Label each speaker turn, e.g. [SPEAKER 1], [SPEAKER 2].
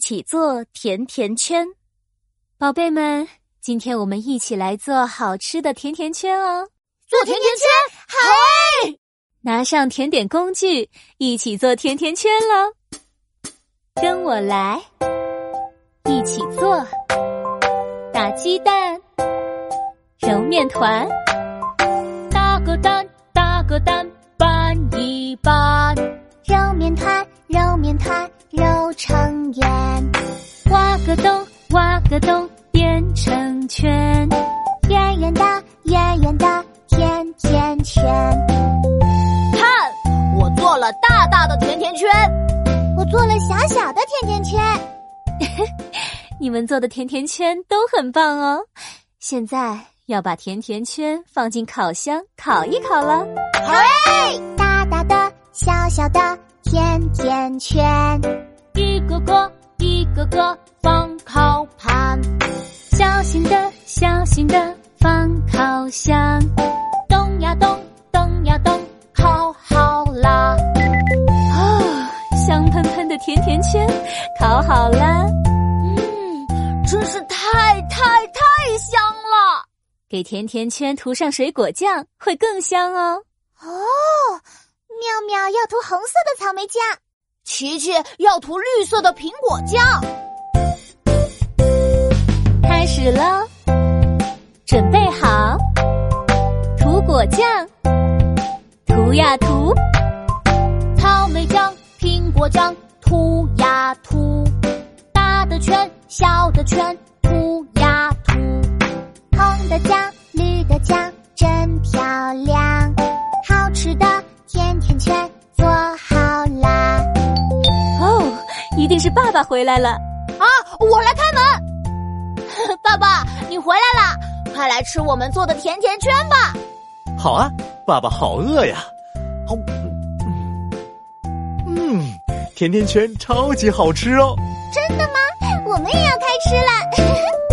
[SPEAKER 1] 起做甜甜圈。宝贝们，今天我们一起来做好吃的甜甜圈哦！
[SPEAKER 2] 做甜甜圈，好哎！
[SPEAKER 1] 拿上甜点工具，一起做甜甜圈喽！跟我来，一起做：打鸡蛋，揉面团，
[SPEAKER 3] 打个蛋，打个蛋，拌一拌，
[SPEAKER 2] 揉面团，揉面团，揉成圆，
[SPEAKER 3] 挖个洞，挖个洞，变成圈，
[SPEAKER 2] 圆圆的，圆圆的甜甜圈。
[SPEAKER 4] 看，我做了大大的甜甜圈，
[SPEAKER 2] 我做了小小的甜甜圈。
[SPEAKER 1] 你们做的甜甜圈都很棒哦！现在要把甜甜圈放进烤箱烤一烤了。
[SPEAKER 2] 好哎！大大的、小小的甜甜圈，
[SPEAKER 3] 一个个，一个个放烤盘，小心的，小心的放烤箱，动呀动，动呀动，烤好啦。
[SPEAKER 1] 哦，香喷喷的甜甜圈烤好啦，
[SPEAKER 4] 真是嗯太太太香了！
[SPEAKER 1] 给甜甜圈涂上水果酱会更香哦。
[SPEAKER 2] 哦，妙妙要涂红色的草莓酱，
[SPEAKER 4] 琪琪要涂绿色的苹果酱，
[SPEAKER 1] 开始喽，准备好，涂果酱，涂呀涂，
[SPEAKER 3] 草莓酱、苹果酱，涂呀涂，大的圈，小的圈，涂呀涂，
[SPEAKER 2] 红的酱、绿的酱真漂亮，好吃的甜甜圈做好啦！
[SPEAKER 1] 哦，一定是爸爸回来了。
[SPEAKER 4] 啊，我来开门。 爸爸，你回来啦！快来吃我们做的甜甜圈吧！
[SPEAKER 5] 好啊，爸爸好饿呀！好，嗯，甜甜圈超级好吃哦。
[SPEAKER 2] 我们也要开吃了。